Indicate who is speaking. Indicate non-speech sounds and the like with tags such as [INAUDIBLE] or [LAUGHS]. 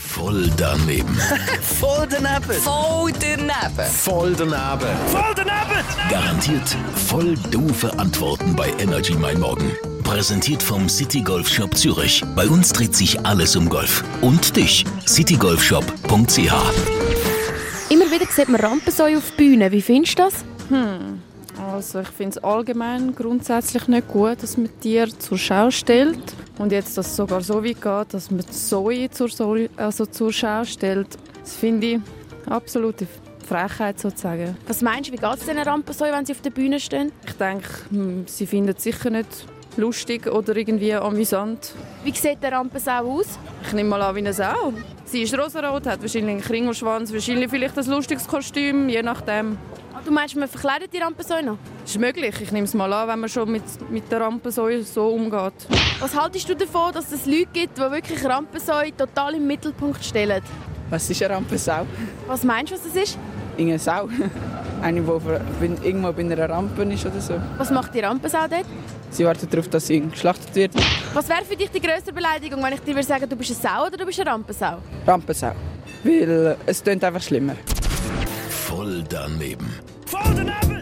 Speaker 1: Voll daneben.
Speaker 2: Voll daneben.
Speaker 3: Voll daneben.
Speaker 1: Voll daneben.
Speaker 2: Voll daneben.
Speaker 1: Garantiert voll doofe Antworten bei Energy Mein Morgen. Präsentiert vom City Golf Shop Zürich. Bei uns dreht sich alles um Golf. Und dich, citygolfshop.ch.
Speaker 4: Immer wieder sieht man Rampensäue auf Bühnen. Wie findest du das?
Speaker 5: Also ich finde es allgemein grundsätzlich nicht gut, dass man Tiere zur Schau stellt. Und jetzt, dass es sogar so weit geht, dass man die Säue zur, Säu- also zur Schau stellt, das finde ich absolute Frechheit sozusagen.
Speaker 4: Was meinst du, wie geht es diesen Rampensäuen, wenn sie auf der Bühne stehen?
Speaker 5: Ich denke, hm, sie finden es sicher nicht lustig oder irgendwie amüsant.
Speaker 4: Wie sieht der Rampensau aus?
Speaker 5: Ich nehme mal an wie eine Sau. Sie ist rosarot, hat wahrscheinlich einen Kringelschwanz, wahrscheinlich vielleicht ein lustiges Kostüm, je nachdem.
Speaker 4: Du meinst, man verkleidet die Rampensäue noch?
Speaker 5: Ist möglich, ich nehme es mal an, wenn man schon mit, mit der Rampensäule so umgeht.
Speaker 4: Was haltest du davon, dass es Leute gibt, die wirklich Rampensäue total im Mittelpunkt stellen?
Speaker 6: Was ist eine Rampensau?
Speaker 4: Was meinst du, was das ist?
Speaker 6: Irgendeine Sau. [LAUGHS] Eine, die auf- wenn irgendwo bei einer Rampe ist oder so.
Speaker 4: Was macht die Rampensau dort?
Speaker 6: Sie wartet darauf, dass sie geschlachtet wird.
Speaker 4: Was wäre für dich die grösste Beleidigung, wenn ich dir würde sagen, du bist eine Sau oder du bist eine Rampensau?
Speaker 6: Rampensau. Weil es tönt einfach schlimmer.
Speaker 1: Voll daneben.
Speaker 2: Voll daneben.